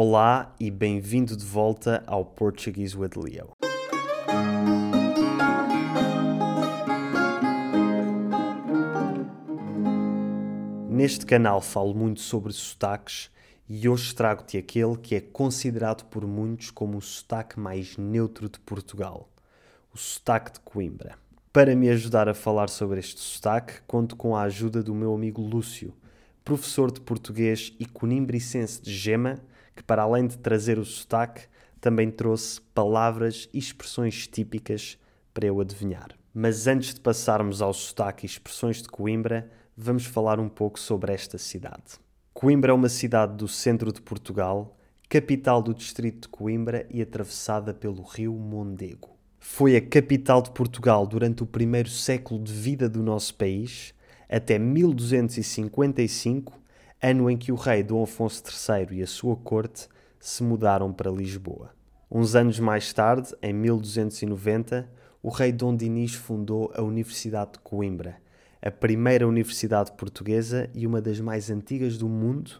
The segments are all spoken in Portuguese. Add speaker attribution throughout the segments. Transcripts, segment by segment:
Speaker 1: Olá e bem-vindo de volta ao Portuguese with Leo. Neste canal falo muito sobre sotaques e hoje trago-te aquele que é considerado por muitos como o sotaque mais neutro de Portugal, o sotaque de Coimbra. Para me ajudar a falar sobre este sotaque, conto com a ajuda do meu amigo Lúcio, professor de português e conimbricense de Gema, que para além de trazer o sotaque, também trouxe palavras e expressões típicas para eu adivinhar. Mas antes de passarmos ao sotaque e expressões de Coimbra, vamos falar um pouco sobre esta cidade. Coimbra é uma cidade do centro de Portugal, capital do distrito de Coimbra e atravessada pelo rio Mondego. Foi a capital de Portugal durante o primeiro século de vida do nosso país, até 1255, ano em que o rei Dom Afonso III e a sua corte se mudaram para Lisboa. Uns anos mais tarde, em 1290, o rei Dom Dinis fundou a Universidade de Coimbra, a primeira universidade portuguesa e uma das mais antigas do mundo,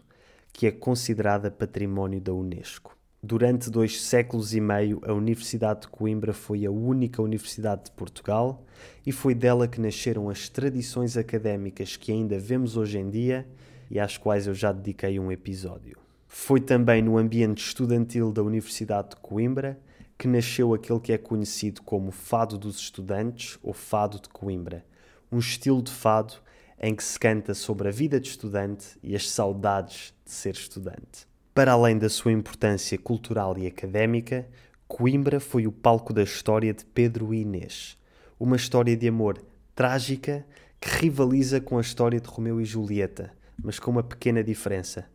Speaker 1: que é considerada património da Unesco. Durante dois séculos e meio, a Universidade de Coimbra foi a única universidade de Portugal e foi dela que nasceram as tradições académicas que ainda vemos hoje em dia e às quais eu já dediquei um episódio. Foi também no ambiente estudantil da Universidade de Coimbra que nasceu aquele que é conhecido como Fado dos Estudantes ou Fado de Coimbra, um estilo de fado em que se canta sobre a vida de estudante e as saudades de ser estudante. Para além da sua importância cultural e académica, Coimbra foi o palco da história de Pedro e Inês, uma história de amor trágica que rivaliza com a história de Romeu e Julieta, mas com uma pequena diferença.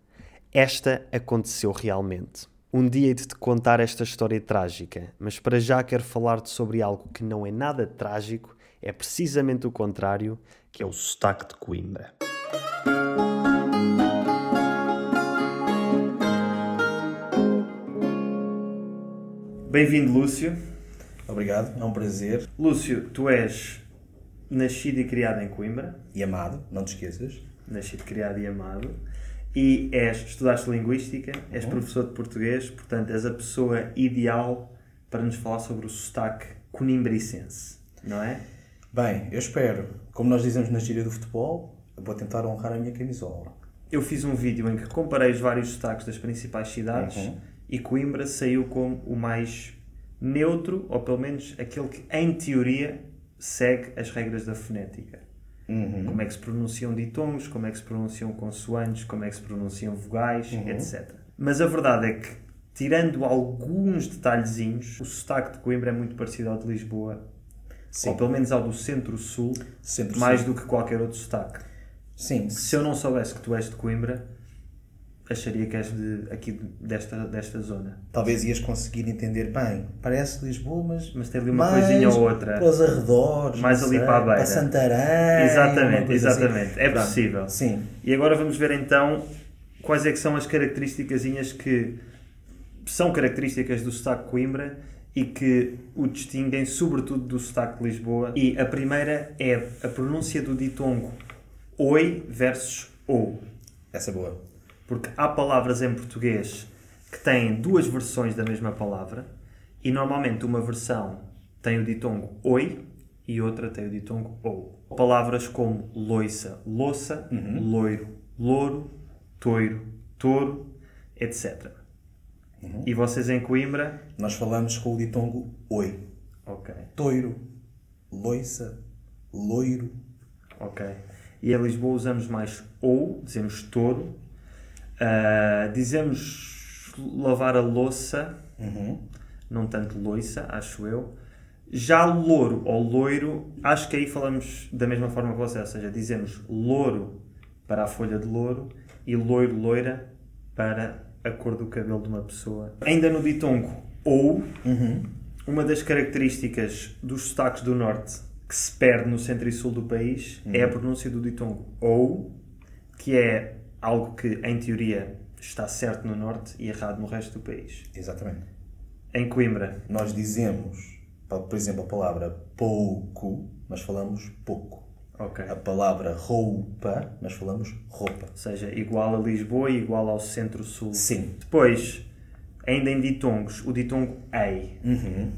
Speaker 1: Esta aconteceu realmente. Um dia hei de te contar esta história trágica, mas para já quero falar-te sobre algo que não é nada trágico, é precisamente o contrário, que é o sotaque de Coimbra. Bem-vindo, Lúcio.
Speaker 2: Obrigado, é um prazer.
Speaker 1: Lúcio, tu és nascido e criado em Coimbra,
Speaker 2: E amado, não te esqueças.
Speaker 1: nascido, criado e amado, e és, estudaste Linguística, és professor de português, portanto és a pessoa ideal para nos falar sobre o sotaque conimbricense, não é?
Speaker 2: Bem, eu espero. Como nós dizemos na gíria do futebol, eu vou tentar honrar a minha camisola.
Speaker 1: Eu fiz um vídeo em que comparei os vários sotaques das principais cidades e Coimbra saiu como o mais neutro, ou pelo menos aquele que, em teoria, segue as regras da fonética. Como é que se pronunciam ditongos, como é que se pronunciam consoantes, como é que se pronunciam vogais, etc. Mas a verdade é que, tirando alguns detalhezinhos, o sotaque de Coimbra é muito parecido ao de Lisboa, ou pelo menos ao do centro-sul,
Speaker 2: Centro-Sul.
Speaker 1: mais do que qualquer outro sotaque.
Speaker 2: Sim,
Speaker 1: Se eu não soubesse que tu és de Coimbra, acharia que és de, aqui desta, desta zona.
Speaker 2: talvez ias conseguir entender bem. Parece Lisboa, mas.
Speaker 1: Mas tem ali uma coisinha ou outra.
Speaker 2: Para os arredores,
Speaker 1: Mais
Speaker 2: não
Speaker 1: ali
Speaker 2: sei,
Speaker 1: para a beira.
Speaker 2: Para Santarém. uma
Speaker 1: exatamente,
Speaker 2: coisa assim.
Speaker 1: exatamente. É
Speaker 2: Pronto.
Speaker 1: possível.
Speaker 2: Sim.
Speaker 1: E agora vamos ver então quais é que são as características que são características do sotaque de Coimbra e que o distinguem sobretudo do sotaque de Lisboa. E a primeira é a pronúncia do ditongo oi versus ou.
Speaker 2: Essa é boa.
Speaker 1: Porque há palavras em português que têm duas versões da mesma palavra e normalmente uma versão tem o ditongo oi e outra tem o ditongo ou. Palavras como loiça, louça, loiro, louro, toiro, touro, etc. E vocês em Coimbra?
Speaker 2: Nós falamos com o ditongo oi.
Speaker 1: Ok,
Speaker 2: Toiro, loiça, loiro.
Speaker 1: ok. E em Lisboa usamos mais ou, dizemos touro, ah, dizemos lavar a louça,
Speaker 2: Uhum.
Speaker 1: não tanto loiça, acho eu. Já louro ou loiro, acho que aí falamos da mesma forma que você, ou seja, dizemos louro para a folha de louro e loiro, loira para a cor do cabelo de uma pessoa. Ainda no ditongo ou, uma das características dos sotaques do norte que se perde no centro e sul do país é a pronúncia do ditongo ou, que é algo que em teoria está certo no norte e errado no resto do país.
Speaker 2: Exatamente.
Speaker 1: Em Coimbra,
Speaker 2: Nós dizemos, por exemplo, a palavra pouco, nós falamos pouco.
Speaker 1: Ok.
Speaker 2: A
Speaker 1: Ou
Speaker 2: palavra roupa, nós falamos roupa.
Speaker 1: seja, igual a Lisboa e igual ao centro-sul.
Speaker 2: Sim.
Speaker 1: Depois, Ainda em ditongos, o ditongo ei.
Speaker 2: Uhum.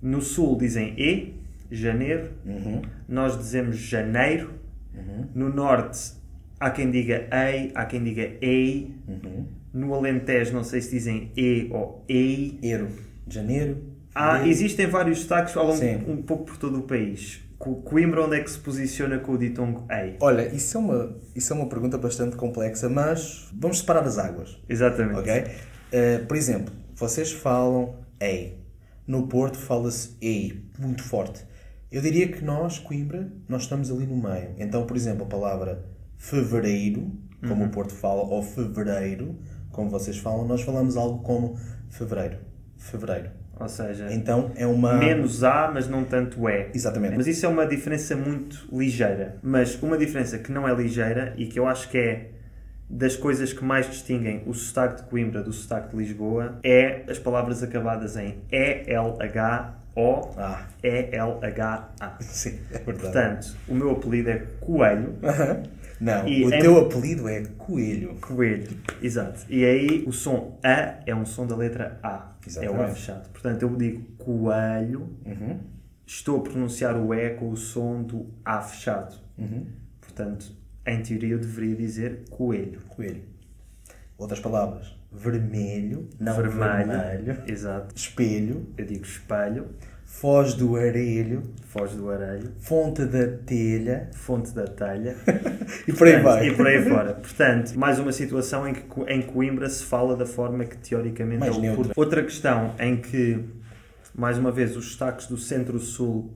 Speaker 1: No sul dizem e, janeiro.
Speaker 2: Uhum.
Speaker 1: Nós dizemos janeiro. No norte há quem diga ei, há quem diga ei.
Speaker 2: Uhum.
Speaker 1: No Alentejo não sei se dizem e ou ei.
Speaker 2: Eiro. Janeiro. Ah,
Speaker 1: Há,
Speaker 2: Fevereiro.
Speaker 1: existem vários sotaques ao longo,
Speaker 2: Sim.
Speaker 1: um pouco por todo o país. Co- Coimbra, onde é que se posiciona com o ditongo ei?
Speaker 2: Olha, isso é, uma, isso é uma pergunta bastante complexa, mas vamos separar as águas.
Speaker 1: Exatamente.
Speaker 2: Ok? Eh, por exemplo, vocês falam ei. No Porto fala-se ei, muito forte. Eu diria que nós, Coimbra, nós estamos ali no meio. Então, por exemplo, a palavra fevereiro, como
Speaker 1: Uhum.
Speaker 2: o Porto fala, ou fevereiro, como vocês falam, nós falamos algo como fevereiro. Fevereiro.
Speaker 1: Ou seja,
Speaker 2: Então é uma.
Speaker 1: menos há, mas não tanto é.
Speaker 2: Exatamente.
Speaker 1: Mas isso é uma diferença muito ligeira. Mas uma diferença que não é ligeira e que eu acho que é das coisas que mais distinguem o sotaque de Coimbra do sotaque de Lisboa é as palavras acabadas em E-L-H-O,
Speaker 2: Ah,
Speaker 1: E-L-H-A.
Speaker 2: sim, é verdade.
Speaker 1: Portanto, o meu apelido é Coelho.
Speaker 2: Aham. Não,
Speaker 1: E um-
Speaker 2: o
Speaker 1: em-
Speaker 2: teu apelido é Coelho.
Speaker 1: Coelho, exato. E aí o som A é um som da letra A. É o A
Speaker 2: Exatamente.
Speaker 1: fechado. Portanto, eu digo coelho, estou a pronunciar o E com o som do A fechado. Portanto, em teoria eu deveria dizer coelho.
Speaker 2: Coelho. Outras palavras. Vermelho. Não,
Speaker 1: vermelho,
Speaker 2: vermelho.
Speaker 1: Exato.
Speaker 2: Espelho.
Speaker 1: Eu digo espelho,
Speaker 2: Foz do arelho.
Speaker 1: foz do arelho,
Speaker 2: Fonte da telha.
Speaker 1: fonte da telha.
Speaker 2: E por
Speaker 1: Portanto,
Speaker 2: aí vai.
Speaker 1: E por aí fora. Portanto, mais uma situação em que Co- em Coimbra se fala da forma que teoricamente
Speaker 2: Mais
Speaker 1: é o
Speaker 2: neutra.
Speaker 1: Porto. Outra questão em que, mais uma vez, os destaques do centro-sul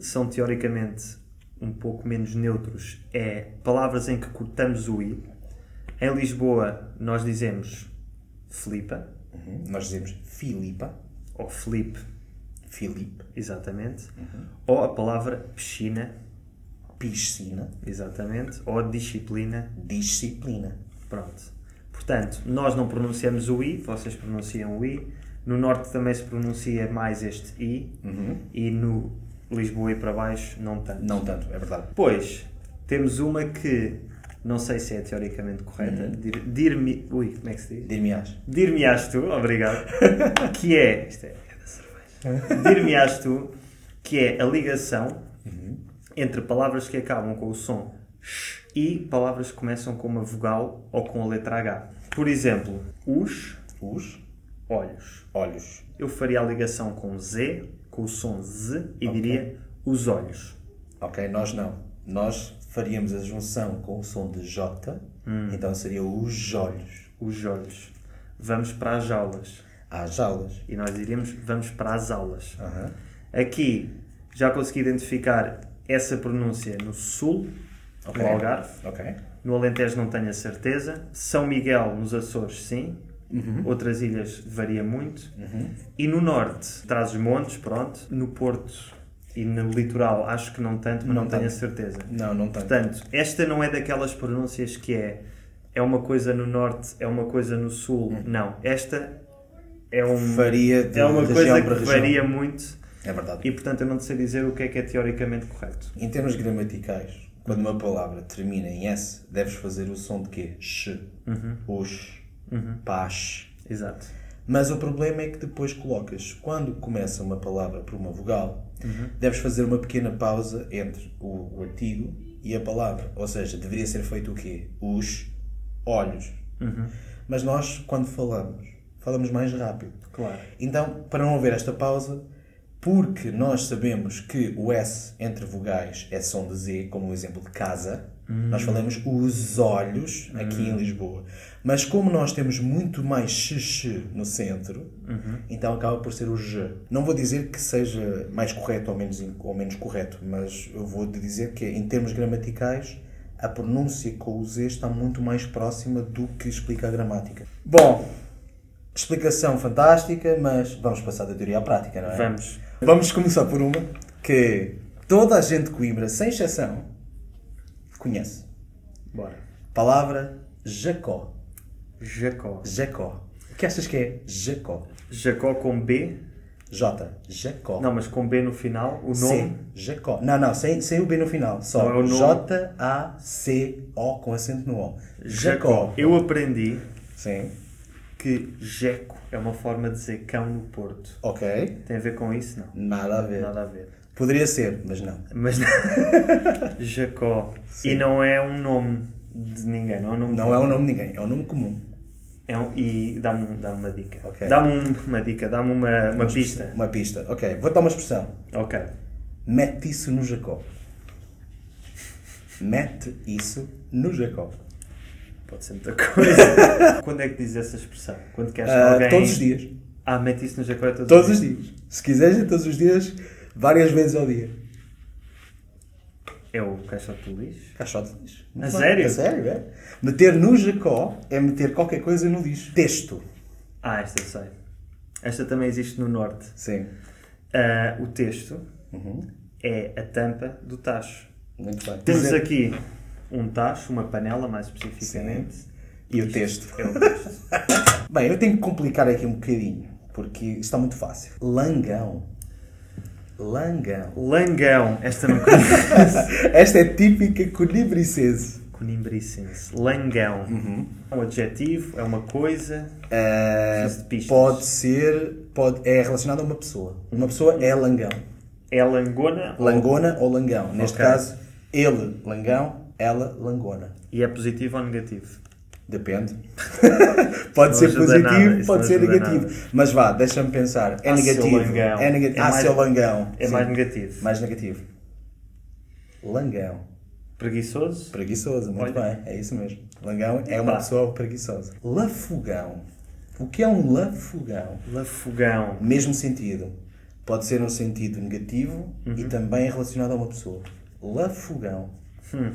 Speaker 1: são teoricamente um pouco menos neutros é palavras em que cortamos o i. Em Lisboa nós dizemos Filipa
Speaker 2: Uhum. Nós dizemos Filipa.
Speaker 1: ou Filipe,
Speaker 2: Filipe.
Speaker 1: exatamente,
Speaker 2: Uhum.
Speaker 1: ou a palavra piscina,
Speaker 2: Piscina.
Speaker 1: exatamente, ou disciplina,
Speaker 2: Disciplina.
Speaker 1: Pronto. Portanto, nós não pronunciamos o i, vocês pronunciam o i. No norte também se pronuncia mais este i e no Lisboa e para baixo não tanto.
Speaker 2: Não tanto, é verdade.
Speaker 1: Depois, temos uma que não sei se é teoricamente correta. Dir, dir-me, ui, como é que se diz?
Speaker 2: Dir-me-ás.
Speaker 1: Dir-me-ás tu, obrigado. que é, isto é, é da cerveja. Dir-me-ás tu, que é a ligação entre palavras que acabam com o som sh e palavras que começam com uma vogal ou com a letra H. Por exemplo, os
Speaker 2: Os
Speaker 1: olhos.
Speaker 2: olhos.
Speaker 1: Eu faria a ligação com Z, com o som Z, e diria os olhos.
Speaker 2: Ok, nós não. Nós faríamos a junção com o som de J.
Speaker 1: Hum.
Speaker 2: Então seria os olhos.
Speaker 1: Os olhos. Vamos para as aulas.
Speaker 2: Às aulas.
Speaker 1: E nós diríamos vamos para as aulas.
Speaker 2: Aham.
Speaker 1: Aqui já consegui identificar essa pronúncia no Sul,
Speaker 2: Ok.
Speaker 1: no Algarve.
Speaker 2: Ok.
Speaker 1: No Alentejo não tenho a certeza. São Miguel, nos Açores, sim. Outras ilhas varia muito. E no Norte, traz os montes, pronto. No Porto e no litoral, acho que não tanto, mas não, tenho a certeza.
Speaker 2: Não, não tanto.
Speaker 1: Portanto, esta não é daquelas pronúncias que é é uma coisa no Norte, é uma coisa no Sul. Não. Esta é, um,
Speaker 2: Faria de
Speaker 1: é uma
Speaker 2: região
Speaker 1: coisa
Speaker 2: um para
Speaker 1: que
Speaker 2: região.
Speaker 1: varia muito.
Speaker 2: É verdade.
Speaker 1: E portanto eu não te sei dizer o que é que é teoricamente correto.
Speaker 2: Em termos gramaticais, quando uma palavra termina em S, deves fazer o som de quê? X, os, paz.
Speaker 1: Exato.
Speaker 2: Mas o problema é que depois colocas, quando começa uma palavra por uma vogal, deves fazer uma pequena pausa entre o, o artigo e a palavra. Ou seja, deveria ser feito o quê? Os olhos. Mas nós, quando falamos, falamos mais rápido.
Speaker 1: Claro.
Speaker 2: Então, para não haver esta pausa, porque nós sabemos que o S entre vogais é som de Z, como o exemplo de casa, nós falamos os olhos aqui em Lisboa. Mas como nós temos muito mais xixi no centro, então acaba por ser o G. Não vou dizer que seja mais correto ou menos, in- ou menos correto, mas eu vou te dizer que em termos gramaticais, a pronúncia com o Z está muito mais próxima do que explica a gramática.
Speaker 1: Bom,
Speaker 2: Explicação fantástica, mas vamos passar da teoria à prática, não é?
Speaker 1: Vamos.
Speaker 2: Vamos começar por uma que toda a gente de Coimbra, sem exceção, conhece.
Speaker 1: bora.
Speaker 2: Palavra Jacó.
Speaker 1: Jacó.
Speaker 2: Jacó. O que achas que é Jacó?
Speaker 1: Jacó com B,
Speaker 2: J. Jacó.
Speaker 1: não, mas com B no final, o nome.
Speaker 2: C. Jacó. Não, não, sem, sem o B no final. Só
Speaker 1: Não, é o nome.
Speaker 2: J-A-C-O com acento no O. Jacó.
Speaker 1: Eu aprendi
Speaker 2: Sim.
Speaker 1: que jeco é uma forma de dizer cão no Porto.
Speaker 2: Ok.
Speaker 1: Tem a ver com isso? Não.
Speaker 2: Nada a ver.
Speaker 1: Nada a ver.
Speaker 2: Poderia ser, mas não.
Speaker 1: Mas Jacó. E não é um nome de ninguém, não é um nome
Speaker 2: Não é o nome de ninguém, é o nome comum.
Speaker 1: É um- e dá-me um- dá-me uma dica.
Speaker 2: Ok.
Speaker 1: Dá-me um- uma dica, dá-me uma, uma pista.
Speaker 2: Uma pista. Ok, vou dar uma expressão.
Speaker 1: Ok.
Speaker 2: Mete isso no Jacó. Mete isso no Jacó.
Speaker 1: Pode ser muita coisa. Quando é que diz essa expressão? Quando queres que
Speaker 2: Ah,
Speaker 1: alguém...
Speaker 2: Todos os dias.
Speaker 1: Ah, mete isso no Jacó é todos,
Speaker 2: Todos os dias. Se quiseres, é todos os dias, várias vezes ao dia.
Speaker 1: É o caixote do lixo?
Speaker 2: Caixote de lixo.
Speaker 1: A
Speaker 2: bem.
Speaker 1: sério?
Speaker 2: A sério, é. Meter no Jacó é meter qualquer coisa no lixo. Texto.
Speaker 1: Ah, esta eu sei. Esta também existe no Norte.
Speaker 2: Sim.
Speaker 1: Ah, o texto
Speaker 2: Uhum.
Speaker 1: é a tampa do tacho.
Speaker 2: Muito bem.
Speaker 1: Temos
Speaker 2: Dizer-
Speaker 1: aqui um tacho, uma panela mais especificamente.
Speaker 2: E o texto.
Speaker 1: É o texto.
Speaker 2: Bem, eu tenho que complicar aqui um bocadinho, porque isto está muito fácil. Langão. Langão.
Speaker 1: Langão. Esta não conheço.
Speaker 2: Esta é típica conibricense.
Speaker 1: Conimbricense. Langão.
Speaker 2: Uhum.
Speaker 1: É um adjetivo, é uma coisa.
Speaker 2: Ah,
Speaker 1: Preciso de pistas.
Speaker 2: pode ser. Pode, é relacionado a uma pessoa. Uma pessoa é langão.
Speaker 1: É langona
Speaker 2: Langona ou langão. Neste
Speaker 1: Ok.
Speaker 2: caso, ele langão, ela langona.
Speaker 1: e é positivo ou negativo?
Speaker 2: Depende. pode
Speaker 1: Isso
Speaker 2: ser
Speaker 1: não ajuda
Speaker 2: positivo,
Speaker 1: nada, isso
Speaker 2: pode
Speaker 1: não
Speaker 2: ser
Speaker 1: ajuda
Speaker 2: negativo. Mas vá, deixa-me pensar. É
Speaker 1: Ah, seu
Speaker 2: negativo.
Speaker 1: langão.
Speaker 2: É negativo.
Speaker 1: É
Speaker 2: ah,
Speaker 1: mais-
Speaker 2: seu langão.
Speaker 1: É
Speaker 2: Sim.
Speaker 1: mais negativo.
Speaker 2: Mais negativo. Langão.
Speaker 1: Preguiçoso?
Speaker 2: Preguiçoso, muito
Speaker 1: Olha.
Speaker 2: bem. É isso mesmo. Langão é uma
Speaker 1: Pá.
Speaker 2: pessoa preguiçosa. Lafogão. O que é um lafogão?
Speaker 1: Lafogão.
Speaker 2: Mesmo sentido. Pode ser um sentido negativo
Speaker 1: Uhum.
Speaker 2: e também relacionado a uma pessoa. Lafogão.
Speaker 1: Hum.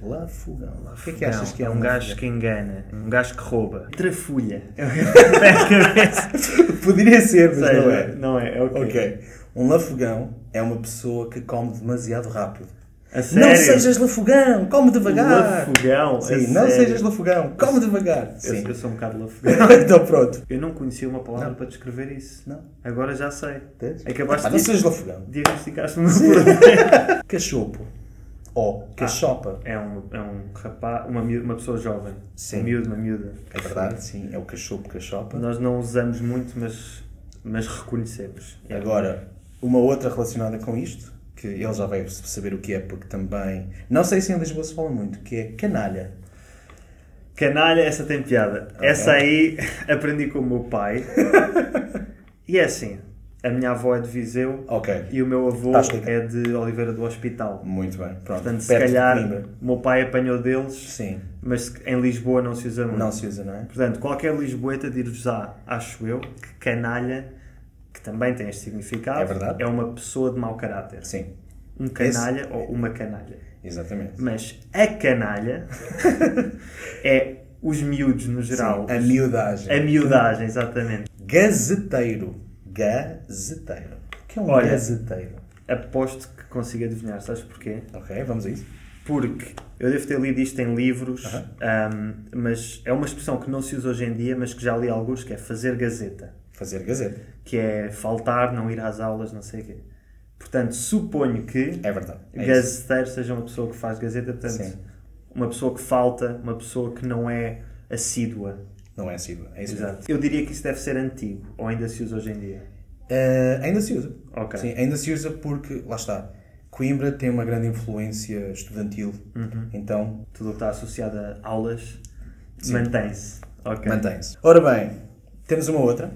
Speaker 2: Lafogão. O que é que achas
Speaker 1: Não,
Speaker 2: que é,
Speaker 1: é um gajo que engana, um gajo que rouba. É um Trafulha.
Speaker 2: lafogão? Poderia ser, mas não é.
Speaker 1: Não é, é o quê?
Speaker 2: Ok. Um lafogão é uma pessoa que come demasiado rápido.
Speaker 1: A sério?
Speaker 2: Não sejas lafogão, come devagar.
Speaker 1: Lafogão, a
Speaker 2: Sim, não
Speaker 1: sério?
Speaker 2: sejas lafogão, come devagar.
Speaker 1: Eu,
Speaker 2: Sim.
Speaker 1: eu sou um bocado lafogão.
Speaker 2: então pronto.
Speaker 1: Eu não conhecia uma palavra para descrever isso.
Speaker 2: Não.
Speaker 1: Agora já sei.
Speaker 2: Tens?
Speaker 1: Acabaste
Speaker 2: Ah, não
Speaker 1: de
Speaker 2: sejas lafogão.
Speaker 1: diagnosticar-se no meu problema.
Speaker 2: Cachopo. Ou cachopa.
Speaker 1: É um, é um rapaz, uma, miú- uma pessoa jovem.
Speaker 2: Sim.
Speaker 1: Um miúdo, uma miúda.
Speaker 2: É verdade, sim. É o cachopo, cachopa.
Speaker 1: Nós não usamos muito, mas, mas reconhecemos. É.
Speaker 2: Agora, uma outra relacionada com isto, que ele já vai saber o que é, porque também... Não sei se em Lisboa se fala muito, que é canalha.
Speaker 1: Canalha, essa tem piada. Essa aí aprendi com o meu pai. e é assim, a minha avó é de Viseu
Speaker 2: Ok.
Speaker 1: e o meu avô
Speaker 2: Tá explicado.
Speaker 1: é de Oliveira do Hospital.
Speaker 2: Muito bem, pronto.
Speaker 1: Portanto, se
Speaker 2: Perto de
Speaker 1: calhar
Speaker 2: Coimbra.
Speaker 1: o meu pai apanhou deles,
Speaker 2: Sim.
Speaker 1: mas se- em Lisboa não se usa muito.
Speaker 2: Não se usa, não é?
Speaker 1: Portanto, qualquer Lisboeta dir-vos-á, acho eu, que canalha, que também tem este significado,
Speaker 2: É verdade.
Speaker 1: uma pessoa de mau caráter.
Speaker 2: Sim.
Speaker 1: Um canalha ou uma canalha.
Speaker 2: Exatamente.
Speaker 1: Mas a canalha é os miúdos no geral.
Speaker 2: A miudagem.
Speaker 1: A miudagem, exatamente.
Speaker 2: Gazeteiro. Gazeteiro. O que é um
Speaker 1: Olha.
Speaker 2: gazeteiro?
Speaker 1: Aposto que consigo adivinhar, sabes porquê?
Speaker 2: Ok, vamos a isso.
Speaker 1: Porque eu devo ter lido isto em livros, ahm, mas é uma expressão que não se usa hoje em dia, mas que já li alguns, que é fazer gazeta.
Speaker 2: Fazer gazeta.
Speaker 1: Que é faltar, não ir às aulas, não sei o quê. Portanto, suponho que
Speaker 2: É verdade. É isso.
Speaker 1: gazeteiro seja uma pessoa que faz gazeta, portanto,
Speaker 2: Sim.
Speaker 1: uma pessoa que falta, uma pessoa que não é assídua.
Speaker 2: Não é assíduo. É isso mesmo.
Speaker 1: Exato. Eu diria que isso deve ser antigo, ou ainda se usa hoje em dia.
Speaker 2: Eh, ainda se usa.
Speaker 1: Ok.
Speaker 2: Sim, ainda se usa porque, lá está, Coimbra tem uma grande influência estudantil.
Speaker 1: Uhum.
Speaker 2: Então,
Speaker 1: Tudo o que está associado a aulas mantém-se. Ok.
Speaker 2: mantém-se. Ora bem, temos uma outra,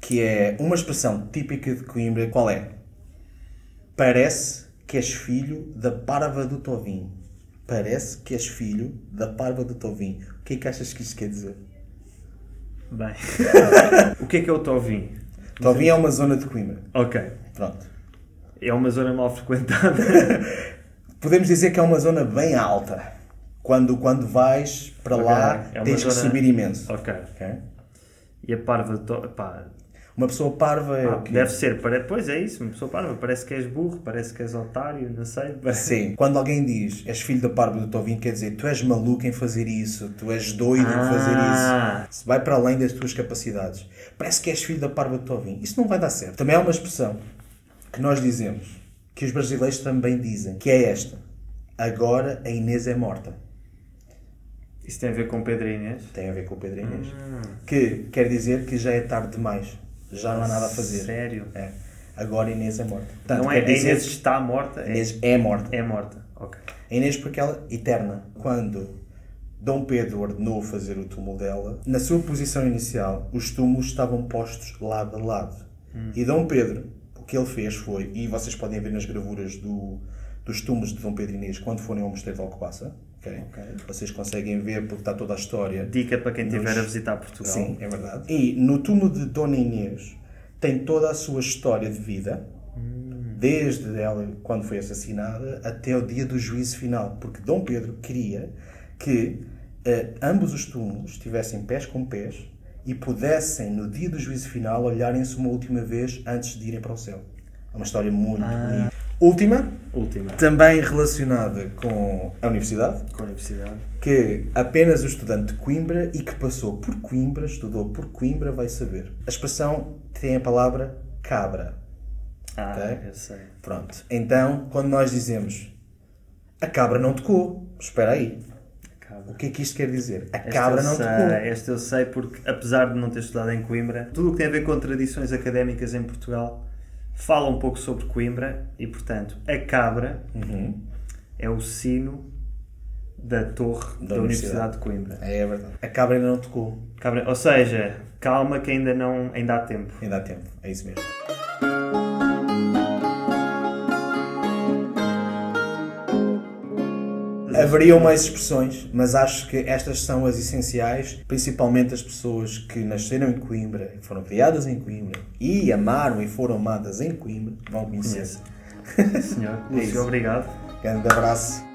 Speaker 2: que é uma expressão típica de Coimbra. Qual é? Parece que és filho da parva do Tovim. Parece que és filho da parva do Tovim. O que é que achas que isto quer dizer?
Speaker 1: Bem. o que é que é o Tovim?
Speaker 2: Tovim é uma zona de Coimbra.
Speaker 1: Ok.
Speaker 2: Pronto.
Speaker 1: É uma zona mal frequentada.
Speaker 2: Podemos dizer que é uma zona bem alta. Quando, quando vais para lá,
Speaker 1: é uma
Speaker 2: tens que
Speaker 1: zona-
Speaker 2: subir imenso.
Speaker 1: ok.
Speaker 2: ok?
Speaker 1: E a parva do to... pá,
Speaker 2: Uma pessoa parva é o quê?
Speaker 1: Ah, Deve ser. Pare... Pois é isso, uma pessoa parva. Parece que és burro, parece que és otário, não sei.
Speaker 2: Sim. Quando alguém diz és filho da parva do Tovim, quer dizer tu és maluco em fazer isso, tu és doido em fazer
Speaker 1: Ah.
Speaker 2: isso. Se vai para além das tuas capacidades. Parece que és filho da parva do Tovim. Isso não vai dar certo. Também há uma expressão que nós dizemos, que os brasileiros também dizem, que é esta. Agora a Inês é morta.
Speaker 1: Isso tem a ver com Pedro e Inês?
Speaker 2: Tem a ver com o Pedro Inês.
Speaker 1: Ah.
Speaker 2: Que quer dizer que já é tarde demais. Já não há nada a fazer.
Speaker 1: Sério?
Speaker 2: É. Agora Inês é morta. Portanto,
Speaker 1: Não é,
Speaker 2: quer
Speaker 1: a
Speaker 2: dizer
Speaker 1: Inês está morta?
Speaker 2: que
Speaker 1: É,
Speaker 2: Inês é morta.
Speaker 1: é morta. Ok.
Speaker 2: A Inês porque ela é eterna. Quando Dom Pedro ordenou fazer o túmulo dela, na sua posição inicial, os túmulos estavam postos lado a lado.
Speaker 1: Hum.
Speaker 2: E Dom Pedro, o que ele fez foi, e vocês podem ver nas gravuras do- dos túmulos de Dom Pedro e Inês quando forem ao Mosteiro de Alcobaça, ok? vocês conseguem ver porque está toda a história.
Speaker 1: Dica para quem estiver a visitar Portugal.
Speaker 2: Sim, é verdade. E no túmulo de Dona Inês tem toda a sua história de vida, Hum. desde ela quando foi assassinada até o dia do juízo final, porque Dom Pedro queria que eh, ambos os túmulos estivessem pés com pés e pudessem, no dia do juízo final, olharem-se uma última vez antes de irem para o céu. É uma história muito bonita. Última,
Speaker 1: Última.
Speaker 2: também relacionada com a universidade
Speaker 1: Com a universidade.
Speaker 2: que apenas o estudante de Coimbra e que passou por Coimbra, estudou por Coimbra, vai saber. A expressão tem a palavra cabra.
Speaker 1: Ah,
Speaker 2: Ok.
Speaker 1: eu sei.
Speaker 2: Pronto. Então, quando nós dizemos a cabra não tocou, espera aí.
Speaker 1: Acaba.
Speaker 2: O que é que isto quer dizer? A
Speaker 1: Esta
Speaker 2: cabra
Speaker 1: eu
Speaker 2: não
Speaker 1: sei,
Speaker 2: tocou.
Speaker 1: Esta eu sei porque, apesar de não ter estudado em Coimbra, tudo o que tem a ver com tradições académicas em Portugal fala um pouco sobre Coimbra e, portanto, a cabra
Speaker 2: Uhum.
Speaker 1: é o sino da torre da, Universidade de Coimbra.
Speaker 2: É verdade. A cabra ainda não tocou.
Speaker 1: Cabra- ou seja, calma que ainda, não, ainda há tempo.
Speaker 2: Ainda há tempo. É isso mesmo. Haveriam mais expressões, mas acho que estas são as essenciais, principalmente as pessoas que nasceram em Coimbra, foram criadas em Coimbra e amaram e foram amadas em Coimbra, vão conhecer.
Speaker 1: Senhor, Lúcio,
Speaker 2: É isso.
Speaker 1: obrigado.
Speaker 2: Grande abraço.